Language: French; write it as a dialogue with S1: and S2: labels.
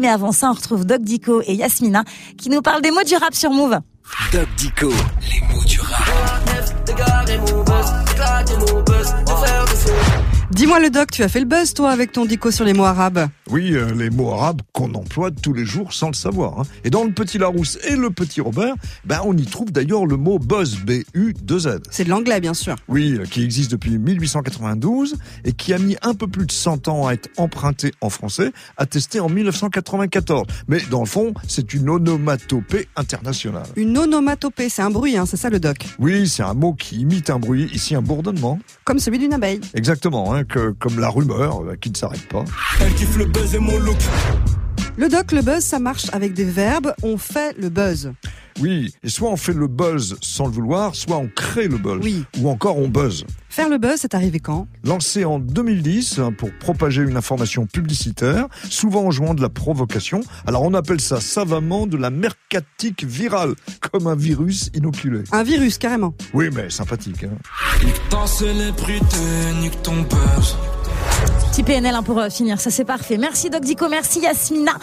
S1: Mais avant ça, on retrouve Doc Dico et Yasmina qui nous parlent des mots du rap sur Move.
S2: Doc Dico, les mots du rap.
S3: Dis-moi le doc, tu as fait le buzz toi avec ton dico sur les mots arabes.
S4: Oui, euh, les mots arabes qu'on emploie tous les jours sans le savoir. hein. Et dans le Petit Larousse et le Petit Robert, ben, on y trouve d'ailleurs le mot buzz, B-U-2-Z.
S3: C'est de l'anglais bien sûr.
S4: Oui, euh, qui existe depuis 1892 et qui a mis un peu plus de 100 ans à être emprunté en français, attesté en 1994. Mais dans le fond, c'est une onomatopée internationale.
S3: Une onomatopée, c'est un bruit, hein, c'est ça le doc.
S4: Oui, c'est un mot qui imite un bruit, ici un bourdonnement.
S3: Comme celui d'une abeille.
S4: Exactement, hein, que, comme la rumeur euh, qui ne s'arrête pas.
S2: Elle kiffe le buzz et mon look.
S3: Le doc, le buzz, ça marche avec des verbes, on fait le buzz.
S4: Oui, et soit on fait le buzz sans le vouloir, soit on crée le buzz.
S3: Oui.
S4: Ou encore on buzz.
S3: Faire le buzz, c'est arrivé quand
S4: Lancé en 2010 hein, pour propager une information publicitaire, souvent en jouant de la provocation. Alors on appelle ça savamment de la mercatique virale, comme un virus inoculé.
S3: Un virus carrément.
S4: Oui, mais sympathique. hein.
S2: Nique ton célébrité, nique ton buzz.
S1: Petit PNL hein, pour euh, finir, ça c'est parfait. Merci Doc Dico, merci Yasmina.